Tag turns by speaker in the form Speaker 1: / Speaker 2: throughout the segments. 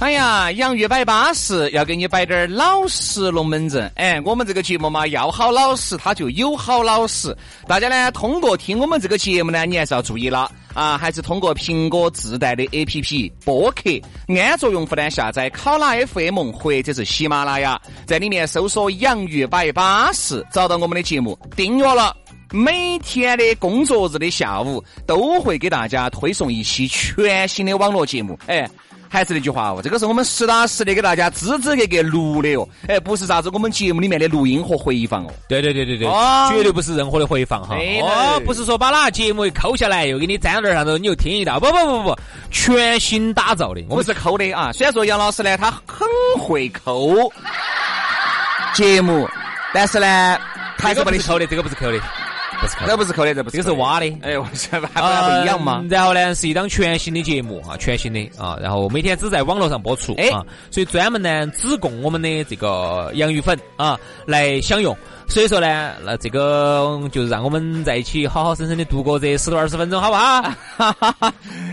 Speaker 1: 哎呀，洋芋摆巴适，要给你摆点儿老实龙门阵。哎，我们这个节目嘛，要好老实，它就有好老实。大家呢，通过听我们这个节目呢，你还是要注意了啊，还是通过苹果自带的 APP 播客，安卓用户呢下载考拉 FM 或者是喜马拉雅，在里面搜索“洋芋摆巴适”，找到我们的节目，订阅了。每天的工作日的下午，都会给大家推送一期全新的网络节目。哎，还是那句话哦，这个是我们实打实的给大家支支格格录的哦。哎，不是啥子我们节目里面的录音和回放哦。
Speaker 2: 对对对对对
Speaker 1: 哦，
Speaker 2: 绝对不是任何的回放哈。
Speaker 1: 对
Speaker 2: 哦
Speaker 1: 头，
Speaker 2: 不是说把哪个节目抠下来又给你粘点儿啥子，你又听一道。不不不不，全新打造的。
Speaker 1: 我们
Speaker 2: 我们
Speaker 1: 是抠的啊。虽然说杨老师呢，他很会抠节目，但是呢，还
Speaker 2: 这
Speaker 1: 是
Speaker 2: 个
Speaker 1: 不
Speaker 2: 不
Speaker 1: 得
Speaker 2: 是抠的，这个不是抠的，不是抠
Speaker 1: 这
Speaker 2: 的，
Speaker 1: 不是抠的，这不是
Speaker 2: 这个是
Speaker 1: 抠的。
Speaker 2: 挖的。
Speaker 1: 哎，我这还不不一样嘛
Speaker 2: 嗯。然后呢，是一档全新的节目啊，全新的啊，然后每天只在网络上播出，
Speaker 1: 哎
Speaker 2: 啊，所以专门呢只供我们的这个洋芋粉啊来享用。所以说呢，那这个嗯就是让我们在一起好好生生的度过这十多二十分钟，好不好？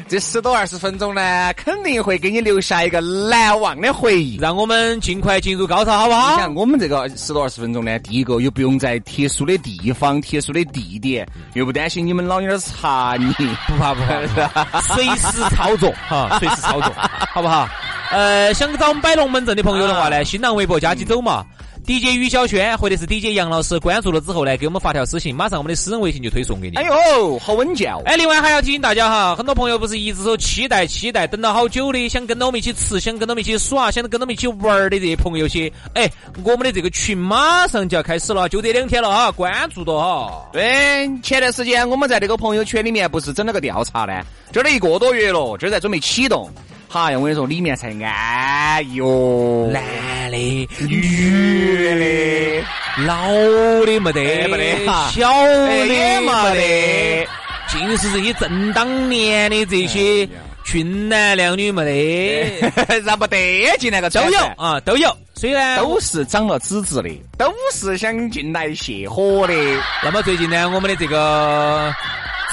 Speaker 1: 这十多二十分钟呢，肯定会给你留下一个难忘的回忆。
Speaker 2: 让我们尽快进入高潮，好不
Speaker 1: 你
Speaker 2: 好？
Speaker 1: 想，我们这个十多二十分钟呢，第一个又不用在特殊的地方、特殊的地点，又不担心你们老娘儿查你。
Speaker 2: 不怕不怕不怕，随时操作 哈，随时操作， 好不好？呃，想找我们摆龙门阵的朋友的话呢，新浪微博加起走嘛。DJ 于小轩或者是 DJ 杨老师关注了之后呢，给我们发条私信，马上我们的私人微信就推送给你。
Speaker 1: 哎
Speaker 2: 哎
Speaker 1: 呦，好稳健哦！
Speaker 2: 另外还要提醒大家哈，很多朋友不是一直说期待期待，等到好久的，想跟到我们一起吃，想跟到我们一起耍，想跟到我们一起玩儿的这些朋友些，哎，我们的这个群马上就要开始了，就这两天了哈，关注到哈。
Speaker 1: 对，哎前段时间我们在这个朋友圈里面不是整了个调查呢，这儿都一个多月了，这儿在准备启动。哈呀，我跟你说，里面才安逸哦，
Speaker 2: 男的、
Speaker 1: 女的。
Speaker 2: 老的没得，
Speaker 1: 哎没得哈
Speaker 2: 小的
Speaker 1: 哎
Speaker 2: 没
Speaker 1: 没
Speaker 2: 得
Speaker 1: 得，
Speaker 2: 尽是这些正当年的这些
Speaker 1: 哎
Speaker 2: 俊男靓女没得，
Speaker 1: 让不得进那个
Speaker 2: 哎都
Speaker 1: 圈子
Speaker 2: 有啊，都有。所以呢，
Speaker 1: 哎都是长了资质的，都是想进来泄火的。
Speaker 2: 那么最近呢，我们的这个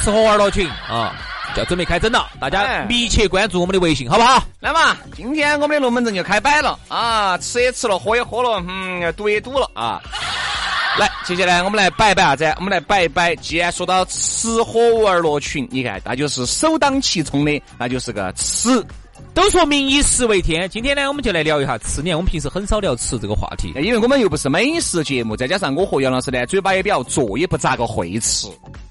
Speaker 2: 吃喝玩乐群啊，要准备开整了，大家
Speaker 1: 哎
Speaker 2: 密切关注我们的微信，好不好？
Speaker 1: 那么今天我们的龙门阵就开摆了啊，吃也吃了，喝也喝了，嗯，赌也赌了啊。来，接下来我们来摆一摆啥子？我们来摆一摆。既然说到吃喝玩乐群，你看，那就是首当其冲的，那就是个吃。
Speaker 2: 都说民以食为天，今天呢，我们就来聊一下吃。你看，我们平时很少聊吃这个话题。
Speaker 1: 因为我们又不是美食节目，再加上我和杨老师呢，嘴巴也比较拙，也不咋个会吃，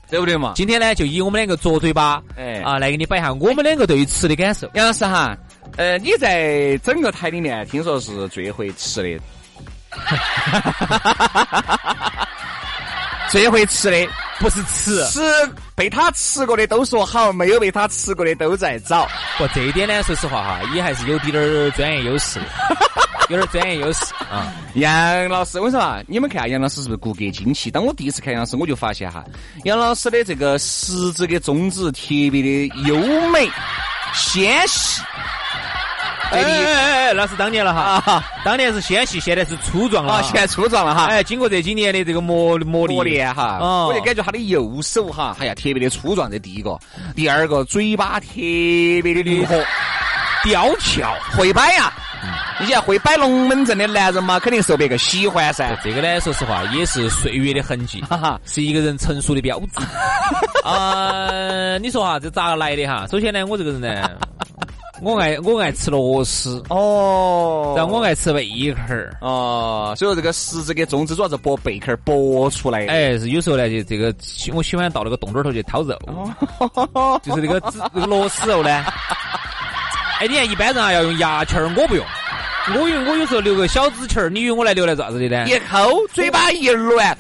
Speaker 1: 对不对嘛？
Speaker 2: 今天呢，就以我们两个拙嘴巴，
Speaker 1: 哎
Speaker 2: 啊，来给你摆一下我们两个对于吃的感受。
Speaker 1: 杨老师哈，呃，你在整个台里面听说是最会吃 的，最会吃的，
Speaker 2: 不是吃，
Speaker 1: 吃被他吃过的都说好，没有被他吃过的都在找。
Speaker 2: 不这一点呢，说实话哈，也还是有点儿专业优势 的，有点儿专业优势啊。
Speaker 1: 杨老师，我跟你说啊，你们看啊杨老师是不是骨骼惊奇？当我第一次看杨老师，我就发现哈，杨老师的这个食指跟中指特别的优美纤细。
Speaker 2: 哎
Speaker 1: 这里
Speaker 2: 哎哎，那是当年了哈，当年是纤细，现在是粗壮了
Speaker 1: 啊，
Speaker 2: 哈。
Speaker 1: 现在粗壮了哈。
Speaker 2: 哎，经过这几年的这个磨磨砺，
Speaker 1: 磨练哈，
Speaker 2: 哦
Speaker 1: 我就感觉他的右手哈，哎呀，特别的粗壮，这第一个，第二个嘴巴特别的灵活，
Speaker 2: 刁俏。
Speaker 1: 会摆呀、你想会摆龙门阵的男人嘛，肯定受别个喜欢噻。
Speaker 2: 这个呢，说实话也是岁月的痕 迹
Speaker 1: 哈哈，
Speaker 2: 是一个人成熟的标 志。呃，你说哈，这咋来的哈？首先呢，我这个人 呢，我爱我爱吃螺丝，
Speaker 1: 哦
Speaker 2: 然后我爱吃贝壳儿。
Speaker 1: 哦，所以说这个食指跟中指主要是剥贝壳儿剥出来的。
Speaker 2: 哎，是有时候呢，就这个喜我喜欢到那个洞洞头去掏肉，就是那个指那个螺丝肉呢。哎，你看一般人啊要用牙签儿，我不用，我用我有时候留个小指签儿，你以为我来留来做啥子的 呢？
Speaker 1: 一抠，嘴巴一乱，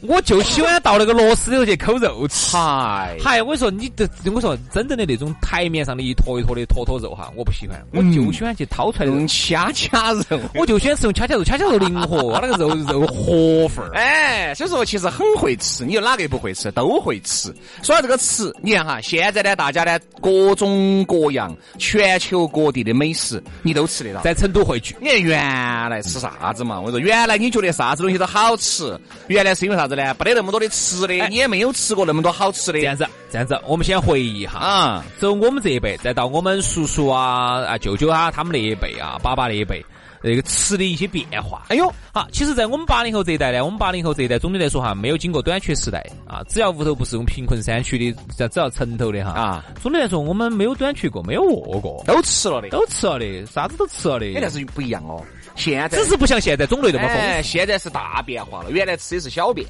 Speaker 2: 我就喜欢到那个螺丝头去抠肉吃。
Speaker 1: 嗨，
Speaker 2: 嗨，我说你这，我说真正的那种台面上的一坨一坨的坨坨肉哈，我不喜欢，我就喜欢去掏出来的肉，
Speaker 1: 用掐掐肉。
Speaker 2: 我就喜欢吃用掐掐肉，掐掐肉灵活，它那个肉肉活份儿。
Speaker 1: 哎，所以说其实很会吃，你有哪个也不会吃，都会吃。说到这个吃，你看哈，现在呢，大家呢各种各样，全球各地的美食你都吃得到。
Speaker 2: 在成都汇聚，
Speaker 1: 你看原来吃啥子嘛？我说原来你觉得啥子东西都好吃，原来是因为啥子呢？不得那么多的吃的，你也没有吃过那么多好吃的
Speaker 2: 哎这样子，这样子，我们先回忆一下啊，
Speaker 1: 啊。
Speaker 2: 从我们这一辈，再到我们叔叔啊、啊舅舅啊他们那一辈啊、爸爸那一辈，那个吃的一些变化。
Speaker 1: 哎呦，
Speaker 2: 好，其实，在我们八零后这一代呢，我们八零后这一代总的来说哈，没有经过短缺时代啊，只要屋头不是用贫困山区的，只要只要城头的哈
Speaker 1: 啊，
Speaker 2: 总的来说我们没有短缺过，没有饿过，
Speaker 1: 都吃了的，
Speaker 2: 都吃了的，啥子都吃了
Speaker 1: 哎，但
Speaker 2: 的，
Speaker 1: 是不一样哦。现在
Speaker 2: 只是不像现在种类那么丰
Speaker 1: 哎，
Speaker 2: 富。
Speaker 1: 现在是大变化了。原来吃的是 小便，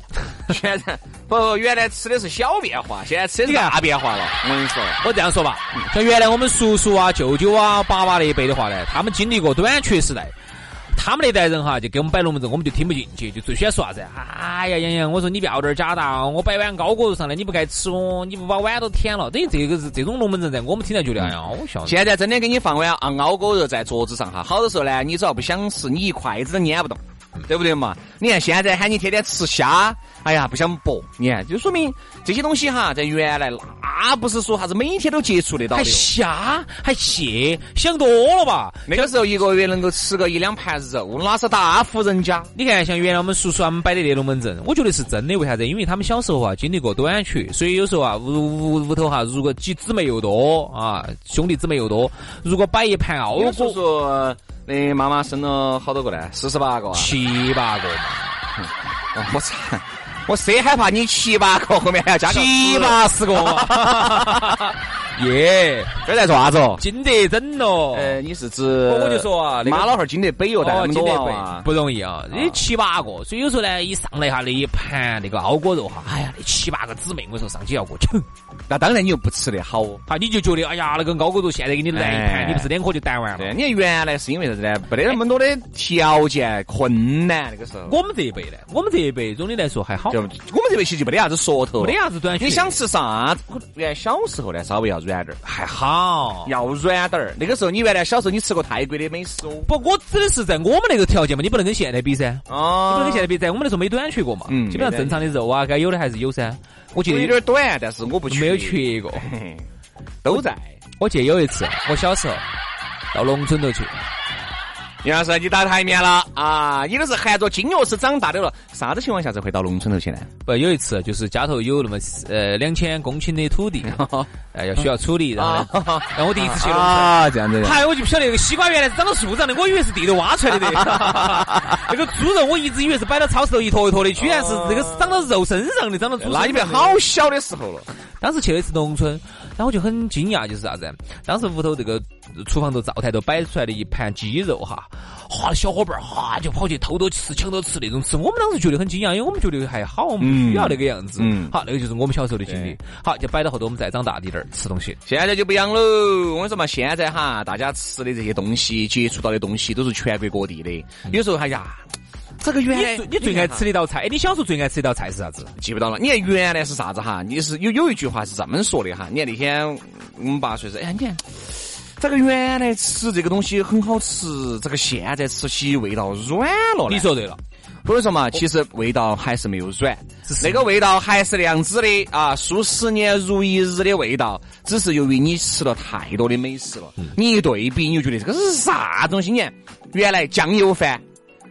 Speaker 1: 现在不，原来吃的是小变化，现在吃的是大变化了。我跟你说，
Speaker 2: 我这样说吧，像原来我们叔叔啊、舅舅啊、爸爸那一辈的话呢，他们经历过短缺时代，他们那代人哈，就给我们摆龙门阵，我们就听不进去，就最喜欢说啥子？哎呀，洋洋，我说你不要点儿假的，我摆碗高锅肉上来，你不该吃哦，你不把碗都舔了，等于这个是这种龙门阵在我们听来觉得，哎呀，我笑。
Speaker 1: 现在真的给你放碗啊熬锅肉在桌子上哈，好多时候呢，你只要不想吃，你一筷子都撵不动，对不对嘛？你看现在喊你天天吃虾，哎呀不想搏，你看就说明这些东西哈，在原来那不是说啥子每天都接触得到的哦
Speaker 2: 还
Speaker 1: 哟。
Speaker 2: 虾还蟹，想多了吧？
Speaker 1: 那个时候一个月能够吃个一两盘肉，那是大户人家。
Speaker 2: 你看，像原来我们叔叔他们摆的那龙门阵，我觉得是真的。为啥子？因为他们小时候啊经历过短缺，所以有时候啊屋屋屋头哈，如果几姊妹又多啊，兄弟姊妹又多，如果摆一盘熬
Speaker 1: 我叔啊
Speaker 2: 锅，
Speaker 1: 叔的呃妈妈生了好多个呢，四十八个啊。
Speaker 2: 七八个嘛，
Speaker 1: 哦 我操！我谁害怕你七八个后面还要加个呃
Speaker 2: 七
Speaker 1: 四？
Speaker 2: 八十个嘛， 耶，
Speaker 1: 这在做啥子哦？
Speaker 2: 精得整咯。
Speaker 1: 呃，你是指
Speaker 2: 我就说啊那个
Speaker 1: 妈老汉儿经得北哟，带那
Speaker 2: 哦，
Speaker 1: 么
Speaker 2: 精
Speaker 1: 多啊
Speaker 2: 得
Speaker 1: 娃
Speaker 2: 贵
Speaker 1: 娃，
Speaker 2: 不容易啊！你七八个，所以有时候呢，一上来哈那一盘那个熬锅肉哈，哎呀，那七八个姊妹，我说上去要过去。
Speaker 1: 那当然你又不吃得好。
Speaker 2: 啊，你就觉得哎呀，那个熬锅肉现在给你来一
Speaker 1: 哎
Speaker 2: 盘，你不是两颗就弹完
Speaker 1: 对，
Speaker 2: 了。
Speaker 1: 你看原来是因为啥子呢？没得那么多的条件困难，那个时候。
Speaker 2: 我们这一辈呢，我们这一辈总的来说还好
Speaker 1: 就，我们这边其实就没得啥子说头，
Speaker 2: 没得啥子短缺
Speaker 1: 你想吃啥子？原来小时候呢，稍微要软点儿，
Speaker 2: 还好。
Speaker 1: 要软点儿。那个时候你原来小时候你吃过泰国的美食哦。
Speaker 2: 不，我指的是在我们那个条件嘛，你不能跟现在比噻，你不能
Speaker 1: 哦
Speaker 2: 跟现在比，在我们那时候没短缺过嘛，
Speaker 1: 嗯
Speaker 2: 基本上正常的肉啊，该有的还是有噻。我记
Speaker 1: 有
Speaker 2: 得
Speaker 1: 一点短，但是我不缺
Speaker 2: 没有，缺过，
Speaker 1: 嘿嘿 都在。
Speaker 2: 我记得有一次啊我小时候到农村头去，
Speaker 1: 杨老师，你打台面了啊！你都是含着金钥匙长大的了，啥子情况下才会到农村头去呢？
Speaker 2: 不有一次啊就是家头有那么呃两千公顷的 土地，呃要需要处理，然
Speaker 1: 啊
Speaker 2: 后呢然后我第一次去农村。，
Speaker 1: 这样子的。
Speaker 2: 哎嗨，我就不晓得那个西瓜原来是长到树上的，我以为是地头挖出来 的。那个猪肉我一直以为是摆到超市头一坨一坨的，居然是这个是长到肉身上的，长到猪身
Speaker 1: 哦那
Speaker 2: 上的。
Speaker 1: 你们好小的时候了，
Speaker 2: 当时去了一次农村，然后我就很惊讶，就是啥子？当时屋头这个厨房头、灶台头摆出来的一盘鸡肉哈，哈，小伙伴儿哈就跑去偷偷吃、抢着吃那种吃。我们当时觉得很惊讶，因为我们觉得还好，我们不需要那个样子。
Speaker 1: 嗯嗯
Speaker 2: 好，那个就是我们小时候的经历。好，就摆到后头我们再长大一点儿吃东西。
Speaker 1: 现在就不一样喽。我跟你说嘛，现在哈，大家吃的这些东西，接触到的东西都是全国各地的。有时候哎呀，这个原
Speaker 2: 你
Speaker 1: 来
Speaker 2: 最你最爱吃的一道菜，哎你小时候最爱吃的一道菜是啥子？
Speaker 1: 记不到了。你看原来是啥子哈？你是有有一句话是这么说的哈。你看那天我们爸说是，哎呀，你看这个原来吃这个东西很好吃，这个现在吃起味道软了。
Speaker 2: 你，说对了。
Speaker 1: 所以说嘛，其实味道还是没有软
Speaker 2: 只，是
Speaker 1: 那个味道还是那样子的啊，数十年如一日的味道，只是由于你吃了太多的美食了，你一对比，你就觉得这个是啥东西？你看原来酱油饭，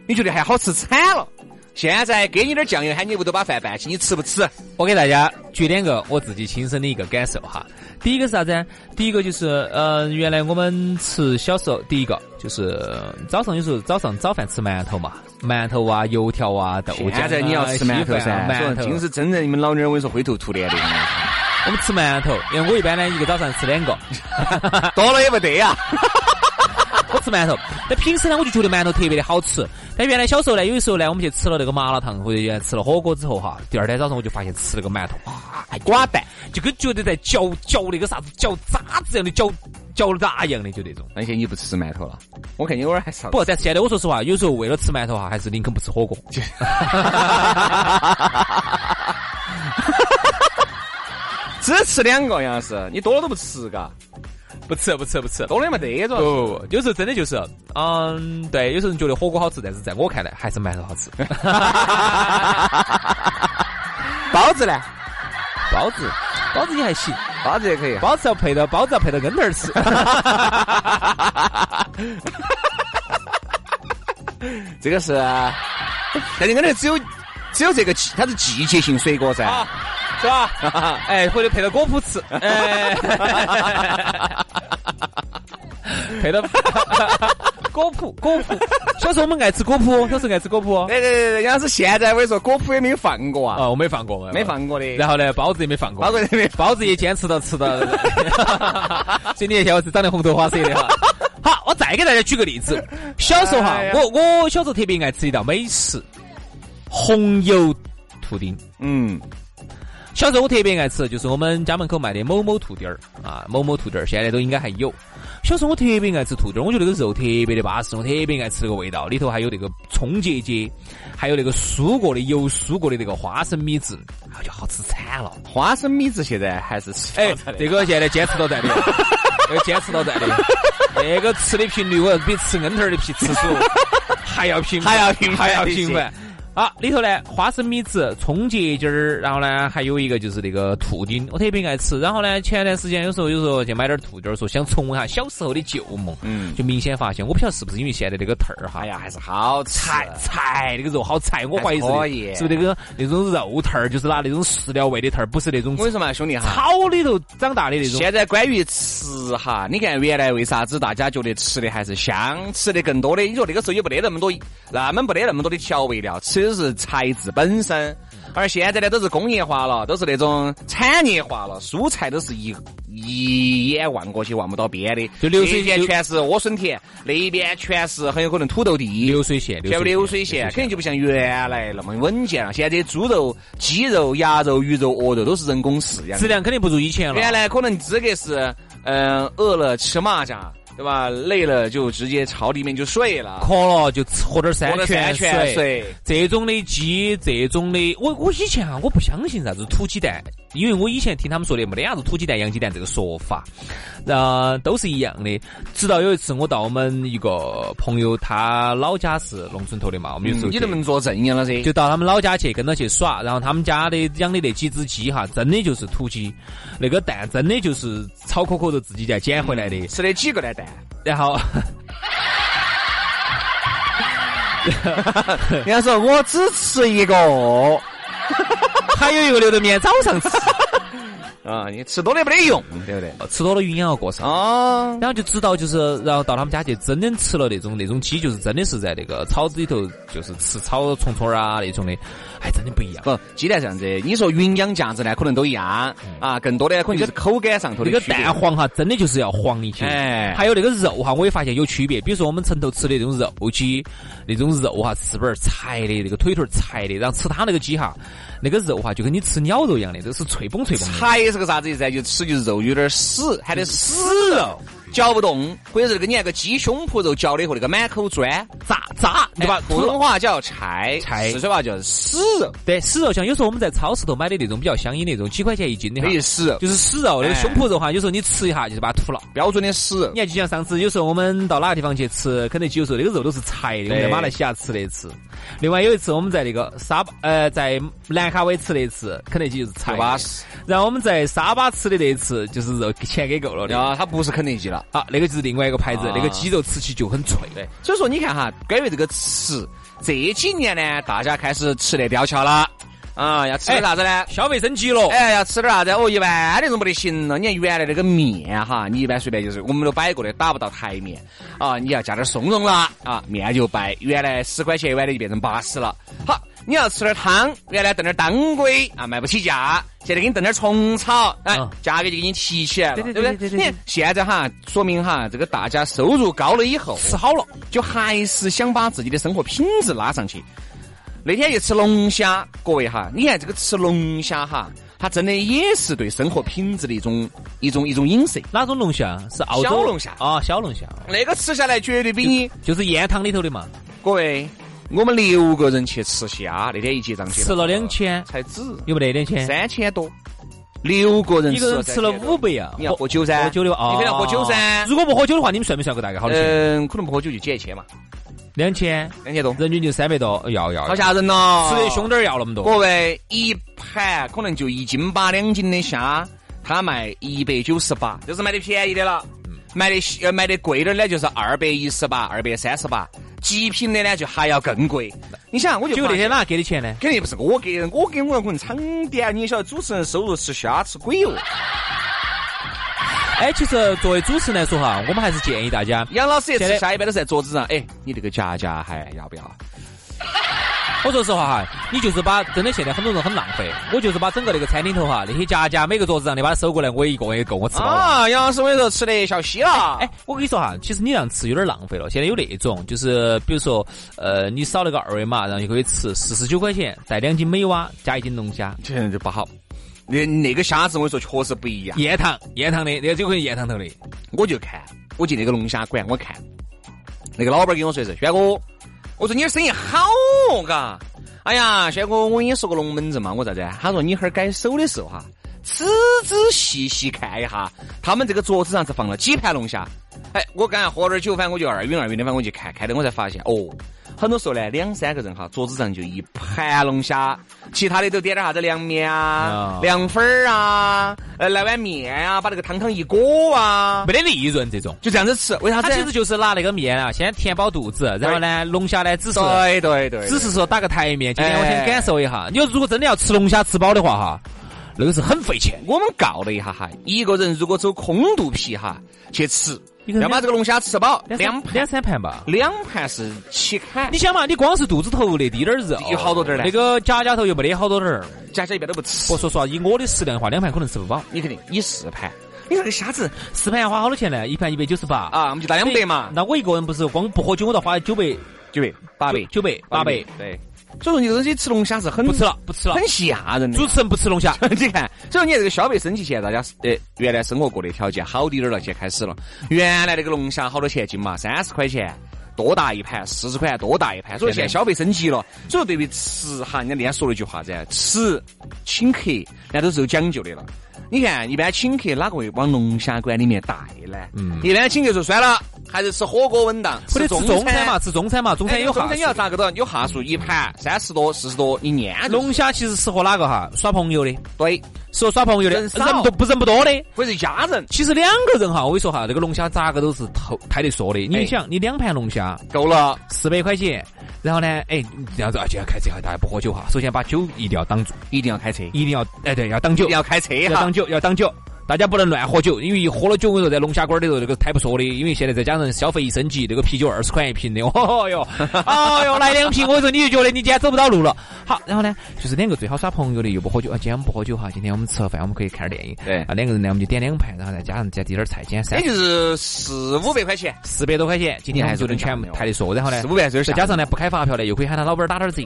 Speaker 1: 你觉得还好吃惨了。现在给你点酱油，喊你屋头把饭拌起，你吃不吃？
Speaker 2: 我给大家举两个我自己亲身的一个感受哈。第一个是啥子呢？第一个就是，呃，原来我们吃小时候，第一个就是呃早上有时候早上早饭吃馒头嘛，馒头啊、油条啊、豆浆、啊。
Speaker 1: 现在你要吃馒头
Speaker 2: 稀饭
Speaker 1: 噻，
Speaker 2: 啊馒
Speaker 1: 说
Speaker 2: 头。
Speaker 1: 尽是真正你们老娘儿，我跟你说灰头土脸的，
Speaker 2: 我们吃馒头，因为我一般呢一个早上吃两个，
Speaker 1: 多了也不得呀。
Speaker 2: 我吃馒头。但平时呢，我就觉得馒头特别的好吃。但原来小时候呢，有的时候呢，我们去吃了那个麻辣烫或者原来吃了火锅之后哈，第二天早上我就发现吃了个馒头，哇，
Speaker 1: 瓜蛋，
Speaker 2: 就跟觉得在嚼嚼那个啥子嚼渣子一样的嚼嚼渣一样的，就那种。
Speaker 1: 而且你不吃馒头了，我看你偶尔还少。
Speaker 2: 不，但是现在我说实话，有时候为了吃馒头哈，啊还是宁肯不吃火锅。
Speaker 1: 只吃两个，杨老师，你多了都不吃，嘎，
Speaker 2: 不吃，不吃，不吃。不
Speaker 1: 多了也没得
Speaker 2: 不
Speaker 1: 着。
Speaker 2: 不，有时候真的就是，嗯，对，有时候人觉得火锅好吃，但是在我看来还是馒头好吃。
Speaker 1: 包子呢？
Speaker 2: 包子，包子也还行，
Speaker 1: 包子也可以。啊
Speaker 2: 包子要配到包子要配到跟头儿吃。
Speaker 1: 啊这个是，但是我那只有只有这个季它是季节性水果噻。
Speaker 2: 啊， 是吧？哎， 或者配到果脯吃，哎， 配到 果脯果脯。小时候我们爱吃果脯，小时候爱吃哦果脯。
Speaker 1: 对对对对，人家是现在我跟你说，果脯也没有放过啊，
Speaker 2: 啊，我没放过，哎
Speaker 1: 没。放过的。
Speaker 2: 然后呢，包子也没放过，
Speaker 1: 包括这边
Speaker 2: 包子也坚持到吃到，所以你也晓得我是长得红头花色的哈。好，我再给大家举个例子，小时候哈
Speaker 1: 哎，呀
Speaker 2: 我我小时候特别爱吃一道美食，红油兔丁。
Speaker 1: 嗯，
Speaker 2: 小时候我特别爱吃，就是我们家门口卖的某某兔丁儿啊，某某兔丁儿，现在都应该还有。小时候我特别爱吃兔丁儿，我觉得那个肉特别的巴适，我特别爱吃那个味道，里头还有那个葱结节，还有那个酥过的油酥过的那个花生米汁，哎就好吃惨了。
Speaker 1: 花生米子现在还是吃
Speaker 2: 哎
Speaker 1: 不着，的
Speaker 2: 这个现在坚持到 在的，这个坚持到在的，那个吃的频率，我要比吃恩头儿的皮吃 素还要频繁，
Speaker 1: 还要频繁
Speaker 2: 还要
Speaker 1: 一些
Speaker 2: 频繁。啊，里头呢，花生米子、葱节筋儿，然后呢，还有一个就是那个兔丁，我特别爱吃。然后呢，前段时间有时候有时候去买点兔丁儿，说想重温一下啊小时候的旧梦，
Speaker 1: 嗯，
Speaker 2: 就明显发现，我不晓得是不是因为现在那个兔儿哈，
Speaker 1: 哎呀，还是好吃。
Speaker 2: 柴柴那个肉好柴，我怀疑是
Speaker 1: 还可以
Speaker 2: 是不是那个那种肉兔儿，就是拿那种饲料喂的兔儿，不是那种
Speaker 1: 我跟你说嘛，啊兄弟哈，
Speaker 2: 草里头长大的那种。
Speaker 1: 现在关于吃哈，你看原来为啥子大家觉得吃的还是香，吃的更多的？你说那个时候也没得那么多，那么没得那么多的调味料，吃的是材质本身。而现在呢，都是工业化了，都是那种产业化了，蔬菜都是一一眼望过去望不到边的，
Speaker 2: 就流水
Speaker 1: 这一边
Speaker 2: 流
Speaker 1: 全是莴笋田，那一边全是很有可能土豆地，
Speaker 2: 流水线，
Speaker 1: 全部流水线，肯定就不像原来那么稳健了。现在猪肉、鸡肉、鸭肉、鱼肉、鹅肉都是人工饲养
Speaker 2: 质
Speaker 1: 的。
Speaker 2: 量肯定不如以前了。
Speaker 1: 原来可能资格是，嗯、饿了吃蚂蚱，对吧？累了就直接朝里面就睡了，
Speaker 2: 渴了就吃喝点山
Speaker 1: 喝点山
Speaker 2: 泉
Speaker 1: 泉水。
Speaker 2: 这种的鸡，这种的，我我以前啊，我不相信啥子土鸡蛋，因为我以前听他们说的没得啥子土鸡蛋、洋鸡蛋这个说法，呃，都是一样的。直到有一次我到我们一个朋友，他老家是农村头的嘛，我们有时候
Speaker 1: 嗯你
Speaker 2: 去
Speaker 1: 能不能做正业了噻？
Speaker 2: 就到他们老家去跟着去耍，然后他们家的养的那几只鸡哈，真的就是土鸡，那个蛋真的就是炒可可的自己再捡回来的，
Speaker 1: 吃了几个呢蛋？
Speaker 2: 然 后
Speaker 1: 人家说我只吃一个
Speaker 2: 还有一个留到明天早上吃，
Speaker 1: 啊，你吃多了没得用，嗯对不对？
Speaker 2: 吃多了营养要过剩。
Speaker 1: 啊，
Speaker 2: 哦然后就知道，就是然后到他们家去，真的吃了那种那种鸡，就是真的是在那个草子里头，就是吃草虫虫儿啊那种的，哎，真的不一样。
Speaker 1: 不，鸡蛋这样子，你说营养价值呢，可能都一样啊，更多的可能就是口感上头
Speaker 2: 那
Speaker 1: 的
Speaker 2: 个
Speaker 1: 区别
Speaker 2: 蛋黄哈，真的就是要黄一些。
Speaker 1: 哎
Speaker 2: 还有那个肉哈，我也发现有区别。比如说我们城头吃的那种肉鸡，那种肉哈，翅膀儿柴的，那个腿腿儿柴的，然后吃它那个鸡哈，那个肉哈就跟你吃鸟肉一样的，都是脆崩脆崩的。
Speaker 1: 柴是个啥子意思呢？就吃就是肉有点死，喊的死肉，嚼不动，或者是那个你看个鸡胸脯肉嚼的和那个满口砖
Speaker 2: 炸炸，对吧
Speaker 1: 哎？普通话叫柴，
Speaker 2: 柴
Speaker 1: 四川话叫死肉，
Speaker 2: 对，死肉像有时候我们在超市头买的那种比较香烟那种，几块钱一斤的哈
Speaker 1: 等，于死肉，
Speaker 2: 就是死肉那个
Speaker 1: 哎
Speaker 2: 胸脯肉哈，有时候你吃一下就是把它吐了。
Speaker 1: 标准的死肉
Speaker 2: 你。看，就像上次有时候我们到哪个地方去吃肯德基，有时候那个肉都是柴的，我们在
Speaker 1: 对
Speaker 2: 马来西亚吃的一次。另外有一次我们在那个沙巴，呃，在兰卡威吃的一次肯德基就是柴
Speaker 1: 就
Speaker 2: 的
Speaker 1: 巴适，
Speaker 2: 然后我们在沙巴吃的那一次就是肉钱给够了的。
Speaker 1: 啊，它不是肯德基了。
Speaker 2: 啊，那个就是另外一个牌子，
Speaker 1: 啊
Speaker 2: 那个鸡肉吃起就很脆。对，
Speaker 1: 所以说，你看哈，关于这个吃，这几年呢，大家开始吃得蹩脚了啊，要吃点啥子呢？
Speaker 2: 消费升级了。
Speaker 1: 哎，要吃点啥子？哦，一般那种没得行了。你看原来那个面哈，你一般随便就是我们都摆过的，打不到台面啊。你要加点松茸啦啊，面就掰。原来十块钱一碗的就变成八十了。好，你要吃点汤，原来炖点当归啊，卖不起价，现在给你炖点虫草，哎
Speaker 2: 嗯，
Speaker 1: 价格就给你提起来了，
Speaker 2: 对对
Speaker 1: 不对
Speaker 2: 对对对
Speaker 1: 你看现在哈，说明哈，这个大家收入高了以后，
Speaker 2: 吃好了，
Speaker 1: 就还是想把自己的生活品质拉上去。那天去吃龙虾，各位哈，你看这个吃龙虾哈，它真的也是对生活品质的一种一种一种影射。
Speaker 2: 哪种龙虾？是澳洲
Speaker 1: 小龙虾
Speaker 2: 啊，小龙虾，
Speaker 1: 那个吃下来绝对比你
Speaker 2: 就是燕汤里头的嘛，
Speaker 1: 各位，我们六个人去吃虾，那天一结账去
Speaker 2: 吃了两，千，
Speaker 1: 才止
Speaker 2: 有没得两千？
Speaker 1: 三千多，六个人
Speaker 2: 一个人
Speaker 1: 吃
Speaker 2: 吃了
Speaker 1: 3000多
Speaker 2: 五。倍啊！
Speaker 1: 你要喝酒噻
Speaker 2: 喝酒的话，
Speaker 1: 你肯定要
Speaker 2: 哦
Speaker 1: 喝酒噻
Speaker 2: 如果不喝酒的话，你们算不算个大概好的钱？
Speaker 1: 嗯，可能不喝酒就减一千嘛，
Speaker 2: 两千，
Speaker 1: 两千多，
Speaker 2: 人均就三百多，要要。
Speaker 1: 好
Speaker 2: 要
Speaker 1: 吓人哦！
Speaker 2: 吃的凶点儿要那么多
Speaker 1: 各，位，一盘可能就一斤八两斤的虾，它卖一百九十八，就是买的便宜的了。
Speaker 2: 嗯
Speaker 1: 买的呃买的贵点儿的呢，就是二百一十八、二百三十八，极品的呢就还要更贵。你想，我就
Speaker 2: 结果
Speaker 1: 发
Speaker 2: 那
Speaker 1: 现
Speaker 2: 天哪给的钱呢？
Speaker 1: 肯定不是我给，我给我可能场点，你也晓得主持人收入吃虾吃鬼哟。
Speaker 2: 哎，其实作为主持人来说哈，我们还是建议大家，
Speaker 1: 杨老师一
Speaker 2: 现在
Speaker 1: 次下一般都是在桌子上，哎，你这个夹夹还要不要？
Speaker 2: 我说实话哈，你就是把真的现在很多人很浪费，我就是把整个那个餐厅头哈那些夹夹每个桌子上的把它收过来，我也一个人也够我吃饱了。
Speaker 1: 啊，杨老师，我跟你说，吃得笑嘻了。
Speaker 2: 哎，我跟你说哈，其实你这样吃有点浪费了。现在有那种，就是比如说，呃，你扫那个二维码，然后就可以吃四十九块钱，带两斤美蛙加一斤龙虾，
Speaker 1: 这人就不好。那那个虾子，我跟你说确实不一样。
Speaker 2: 宴堂宴堂的，那个就可以宴堂头的。
Speaker 1: 我就看，我进那个龙虾馆，我看那个老板跟我说是轩哥，我说你的生意好哦，嘎。哎呀，轩哥，我跟你说个龙门阵嘛，我咋子啊？他说你哈儿改手的时候哈，仔仔细细看一下，他们这个桌子上是放了几盘龙虾。哎，我刚才喝点酒，反正我就二晕二晕的，反正我去看，看的我才发现哦，很多时候呢，两三个人哈，桌子上就一盘龙虾，其他的都点点啥子凉面啊
Speaker 2: 啊、
Speaker 1: 凉粉儿啊，呃，来碗面啊，把那个汤汤一裹啊，
Speaker 2: 没得利润这种。
Speaker 1: 就这样子吃，为啥
Speaker 2: 他
Speaker 1: 子？
Speaker 2: 其实就是拿那个面啊，先填饱肚子，然后呢，龙虾呢只是
Speaker 1: 对对对，
Speaker 2: 只是说打个台面。今天我先
Speaker 1: 哎
Speaker 2: 感受一下，你要如果真的要吃龙虾吃饱的话哈，那个是很费钱的。
Speaker 1: 我们告了一下哈，一个人如果走空肚皮哈去吃，
Speaker 2: 一个人
Speaker 1: 要把这个龙虾吃饱，两
Speaker 2: 两
Speaker 1: 盘
Speaker 2: 两三盘吧。
Speaker 1: 两盘是起砍
Speaker 2: 你，想嘛，你光是肚子头那滴点儿肉，
Speaker 1: 有好多点儿呢
Speaker 2: 那个夹夹头又没得好多点儿。
Speaker 1: 家家一般都不吃
Speaker 2: 我，说实话，以我的食量的话，两盘可能吃不饱。
Speaker 1: 你肯定你四盘，你这个虾子
Speaker 2: 四盘要花好多钱呢？一盘一百九十八
Speaker 1: 啊，我们就打两百嘛，
Speaker 2: 那我一个人不是光不喝酒，我都花九百
Speaker 1: 九百八百
Speaker 2: 九百八百。
Speaker 1: 对，所以说你这东西吃龙虾是很
Speaker 2: 不吃了，不吃了。
Speaker 1: 很吓人的
Speaker 2: 主。持人不吃龙虾，
Speaker 1: 你看，所以说你看这个消费升级，现在大家是呃原来生活过得条件好滴点儿了，现在开始了。原来那个龙虾好多钱一斤嘛？三十块钱。多大一盘，四十块钱多大一盘，所以现在消费升级了。所以对于吃哈，人家那天说了一句话噻，吃请客那都是有讲究的了。你看，一般请客哪个会往龙虾馆里面带呢？
Speaker 2: 嗯
Speaker 1: 一般请客就算了，还是吃火锅稳当，
Speaker 2: 或者吃中餐嘛，吃中餐嘛，中
Speaker 1: 哎。
Speaker 2: 餐有
Speaker 1: 中
Speaker 2: 哈
Speaker 1: 餐你要咋个的？有哈数，一盘三十多、四十多，一年就是
Speaker 2: 龙虾其实适合哪个哈？耍朋友的，
Speaker 1: 对，
Speaker 2: 适合耍朋友的，
Speaker 1: 人
Speaker 2: 人
Speaker 1: 少
Speaker 2: 多不人不多的。
Speaker 1: 或者一家人
Speaker 2: 其实两个人哈，我跟你说哈，这个龙虾咋个都是头开得说的。你
Speaker 1: 哎
Speaker 2: 想，你两盘龙虾
Speaker 1: 够了。
Speaker 2: 四百块钱，然后呢，哎，这样子啊，就要开始哈，大家不喝酒哈。首先把酒一定要挡住，
Speaker 1: 一定要开车，一
Speaker 2: 一定要哎对，要挡酒
Speaker 1: 定，要开车
Speaker 2: 要
Speaker 1: 哈
Speaker 2: 挡。酒，要挡酒。大家不能乱喝酒，因为一喝了酒，我跟你说，在龙虾馆儿里头那个太不说的，因为现在再加上消费一升级，那个啤酒二十块一瓶的， 哦哟，哦哟，来两瓶，我跟你说你就觉得你今天走不到路了。好，然后呢，就是两个最好耍朋友的，又不喝酒啊，今天我们不喝酒哈，今天我们吃了饭，我们可以看点电影。
Speaker 1: 对
Speaker 2: 啊，两个人呢，我们就点两盘，然后再加上再点点菜，今天三
Speaker 1: 也就是四五百块钱，
Speaker 2: 四百多块钱，今天还是能全部抬得说，然后呢
Speaker 1: 四，五百就是嗯
Speaker 2: 再加上呢不开发票呢，又可以喊他老板儿打点儿折。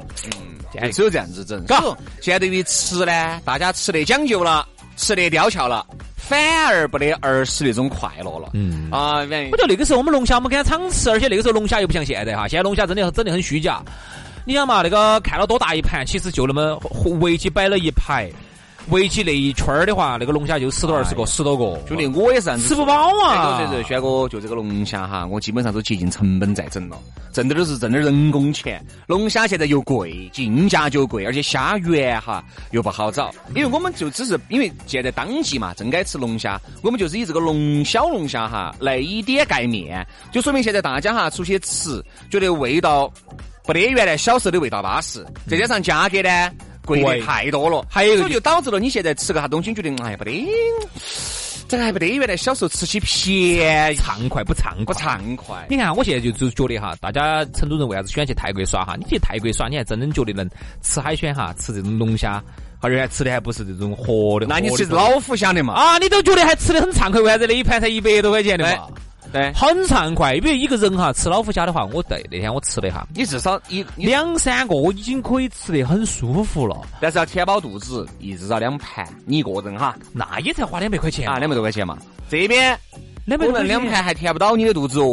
Speaker 1: 就只有这样子整。嘎，现在对于吃呢，大家吃得讲究了，吃得刁巧了，反而不得儿时那种快乐了。
Speaker 2: 嗯
Speaker 1: 啊，反正
Speaker 2: 我觉得那个时候我们龙虾我们赶场吃，而且那个时候龙虾又不像现在哈，现在龙虾真的真的很虚假。你想嘛，那个看了多大一盘，其实就那么围起摆了一排，围起那一圈儿的话，那个龙虾就十多二十
Speaker 1: 哎
Speaker 2: 个，
Speaker 1: 呀
Speaker 2: 十多个，
Speaker 1: 兄弟，我也是这样子
Speaker 2: 吃不饱啊
Speaker 1: 哎对对对，。轩哥，就这个龙虾哈，我基本上都接近成本在整了，挣的都是挣的人工钱。龙虾现在又贵，进价就贵，而且虾源哈又不好找，因为我们就只是因为现在当季嘛，正该吃龙虾，我们就是以这个龙小龙虾哈来以点盖面，就说明现在大家哈出去吃，觉得味道不得原来小时候的味道巴适，再加上价格呢。贵
Speaker 2: 贵
Speaker 1: 的太多了，
Speaker 2: 还有一个
Speaker 1: 所以就导致了你现在吃个啥东西，你觉得哎呀不得，这个还不得原来小时候吃起便宜，
Speaker 2: 哎畅快不畅
Speaker 1: 不
Speaker 2: 快？
Speaker 1: 畅快。
Speaker 2: 你看，我现在就就觉得哈，大家成都人为啥子喜欢去泰国耍哈？你去泰国耍，你还真的觉得能吃海鲜哈，吃这种龙虾，而且还吃的还不是这种活的。
Speaker 1: 那你
Speaker 2: 活的
Speaker 1: 吃老虎虾的嘛？
Speaker 2: 啊，你都觉得还吃的很畅快，为啥子那一盘才一百多块钱
Speaker 1: 哎
Speaker 2: 的嘛？
Speaker 1: 对，
Speaker 2: 很畅快。因为一个人哈吃老虎虾的话，我对那天我吃了一下，
Speaker 1: 你至少一，你
Speaker 2: 两三个我已经可以吃得很舒服了，
Speaker 1: 但是要填饱肚子，一至少两盘，你一个人哈
Speaker 2: 那也才花两百块钱
Speaker 1: 啊，两百多块钱嘛。这边
Speaker 2: 两百
Speaker 1: 我
Speaker 2: 多块
Speaker 1: 们
Speaker 2: 钱
Speaker 1: 两，盘还填不到你的肚子哦，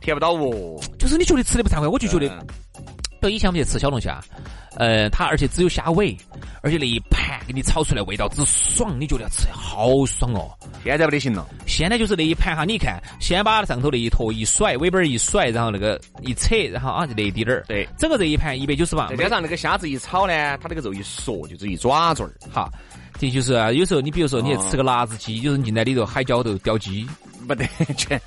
Speaker 1: 填不到哦。
Speaker 2: 就是你觉得吃的不畅快，我就觉得，
Speaker 1: 嗯
Speaker 2: 对，以前我们去吃小龙虾，呃，它而且只有虾尾，而且那一盘给你炒出来味道之爽，你觉得吃得好爽哦。
Speaker 1: 现在不得行了，
Speaker 2: 现在就是那一盘哈，你看，先把上头那一坨一甩，尾巴儿一甩，然后那个一扯，然后啊就那一滴点儿，
Speaker 1: 对
Speaker 2: 整个这一盘一百九十八，
Speaker 1: 再加上那个虾子一炒呢，它那个肉一嗦，就只一爪爪儿。哦
Speaker 2: 哈，这就是啊有时候你比如说你去吃个辣子鸡，有时候你进来里头海椒头叼鸡，
Speaker 1: 不得 全，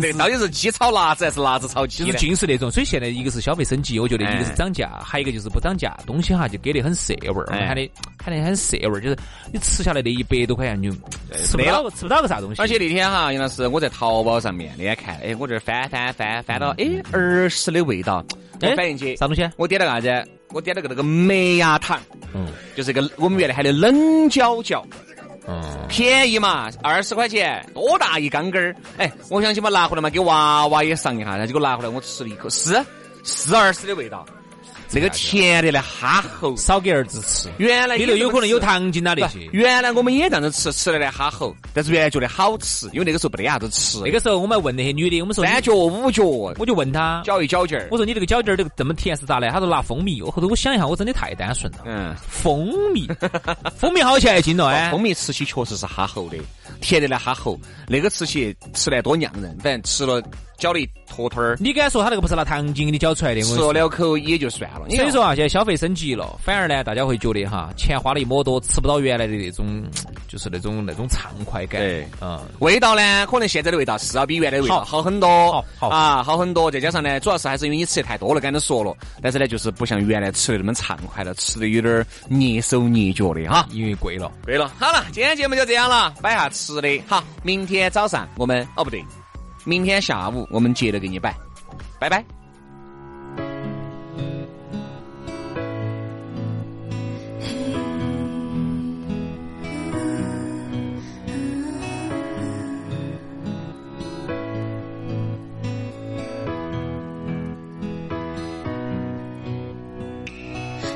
Speaker 1: 那到底是鸡炒辣子还是辣子炒鸡哎
Speaker 2: 就是
Speaker 1: 呢？
Speaker 2: 尽是那种，所以现在一个是消费升级，我觉得一个是涨价，还有一个就是不涨价，东西哈就给得很涩味儿，
Speaker 1: 哎
Speaker 2: 喊的喊的很涩味儿，就是你吃下来那一百多块钱你就吃不
Speaker 1: 没
Speaker 2: 到吃不到个啥东西，
Speaker 1: 而且那天哈，杨老师，我在淘宝上面那天看，哎，我这儿翻翻翻翻到，哎，儿时的味道，我
Speaker 2: 嗯哎
Speaker 1: 反应起，
Speaker 2: 啥东西？
Speaker 1: 我点了个啥子？我点了个那个麦芽糖，
Speaker 2: 嗯
Speaker 1: 就是一个我们原来喊的冷椒角，
Speaker 2: 嗯，
Speaker 1: 便宜嘛，二十块钱，多大一缸根儿？哎，我想起嘛拿回来嘛，给娃娃也上一下，然后结果拿回来我吃了一口，是是儿时的味道，那个甜的来哈喉，
Speaker 2: 少给儿子吃，
Speaker 1: 原来
Speaker 2: 里
Speaker 1: 也
Speaker 2: 头有可能
Speaker 1: 这么吃
Speaker 2: 有糖精啊那些。
Speaker 1: 原来我们也这样子吃，吃了呢哈吼，但是原来觉得好吃，因为那个时候没得啥子吃，
Speaker 2: 那个时候我们还问那些女的，我们说你，
Speaker 1: 三角五角，
Speaker 2: 我就问她，
Speaker 1: 搅一搅劲儿
Speaker 2: 我，说你这个饺子儿这个这么甜是咋来？她说拿蜂蜜。我后头我想一下，我真的太单纯了。
Speaker 1: 嗯，
Speaker 2: 蜂 蜜，蜂蜜好钱一斤了哎，
Speaker 1: 蜂蜜吃起确实是哈喉的，甜的来哈喉，那个吃起吃来多酿人，反正吃了搅了一坨坨儿，
Speaker 2: 你敢说他那个不是拿糖精给你搅出来的？我跟
Speaker 1: 吃
Speaker 2: 你说
Speaker 1: 了两口也就算了。你
Speaker 2: 所
Speaker 1: 看
Speaker 2: 以，说啊，现在消费升级了，反而呢，大家会觉得哈，钱花了一抹多，吃不到原来的那种，就是那种那种畅快感。
Speaker 1: 对
Speaker 2: 嗯，
Speaker 1: 味道呢，可能现在的味道是要比原来的味道
Speaker 2: 好
Speaker 1: 好很多
Speaker 2: 好，好
Speaker 1: 啊，好很多。再加上呢，主要是还是因为你吃的太多了，刚才说了，但是呢，就是不像原来吃的那么畅快了，吃的有点儿蹑手蹑脚的哈。
Speaker 2: 因为贵了。
Speaker 1: 对了，好了，今天节目就这样了，摆下吃的。好，明天早上我们哦不对，明天下午我们接着给你摆，拜拜。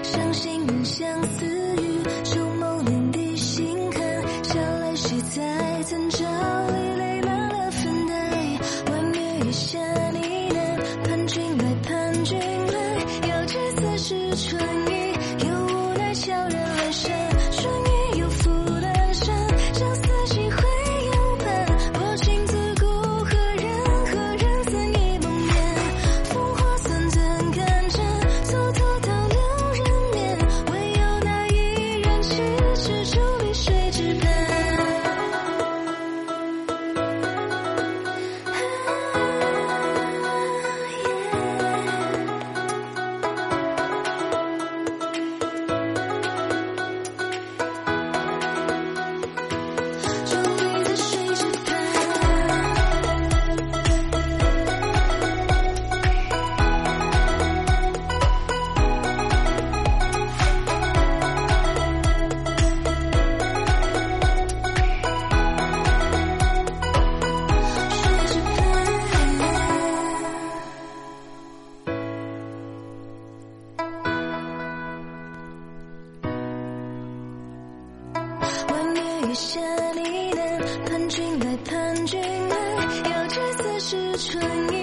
Speaker 3: 相信云像私语，旧梦连地心坎，笑泪谁在曾朝里泪满了粉黛，幻灭一下呢喃，盼君来盼君来，遥知此时春意，又无奈悄然阑珊，春意又复阑珊，朝思夕会又盼，薄情自古何人何人曾忆梦眠，烽火三怎敢沾，蹉跎到流人面，唯有那一人弃之竹碧水之畔。竹篱子水之畔。水之畔。幻灭一下呢喃，盼君来，盼君来，遥知此时春意，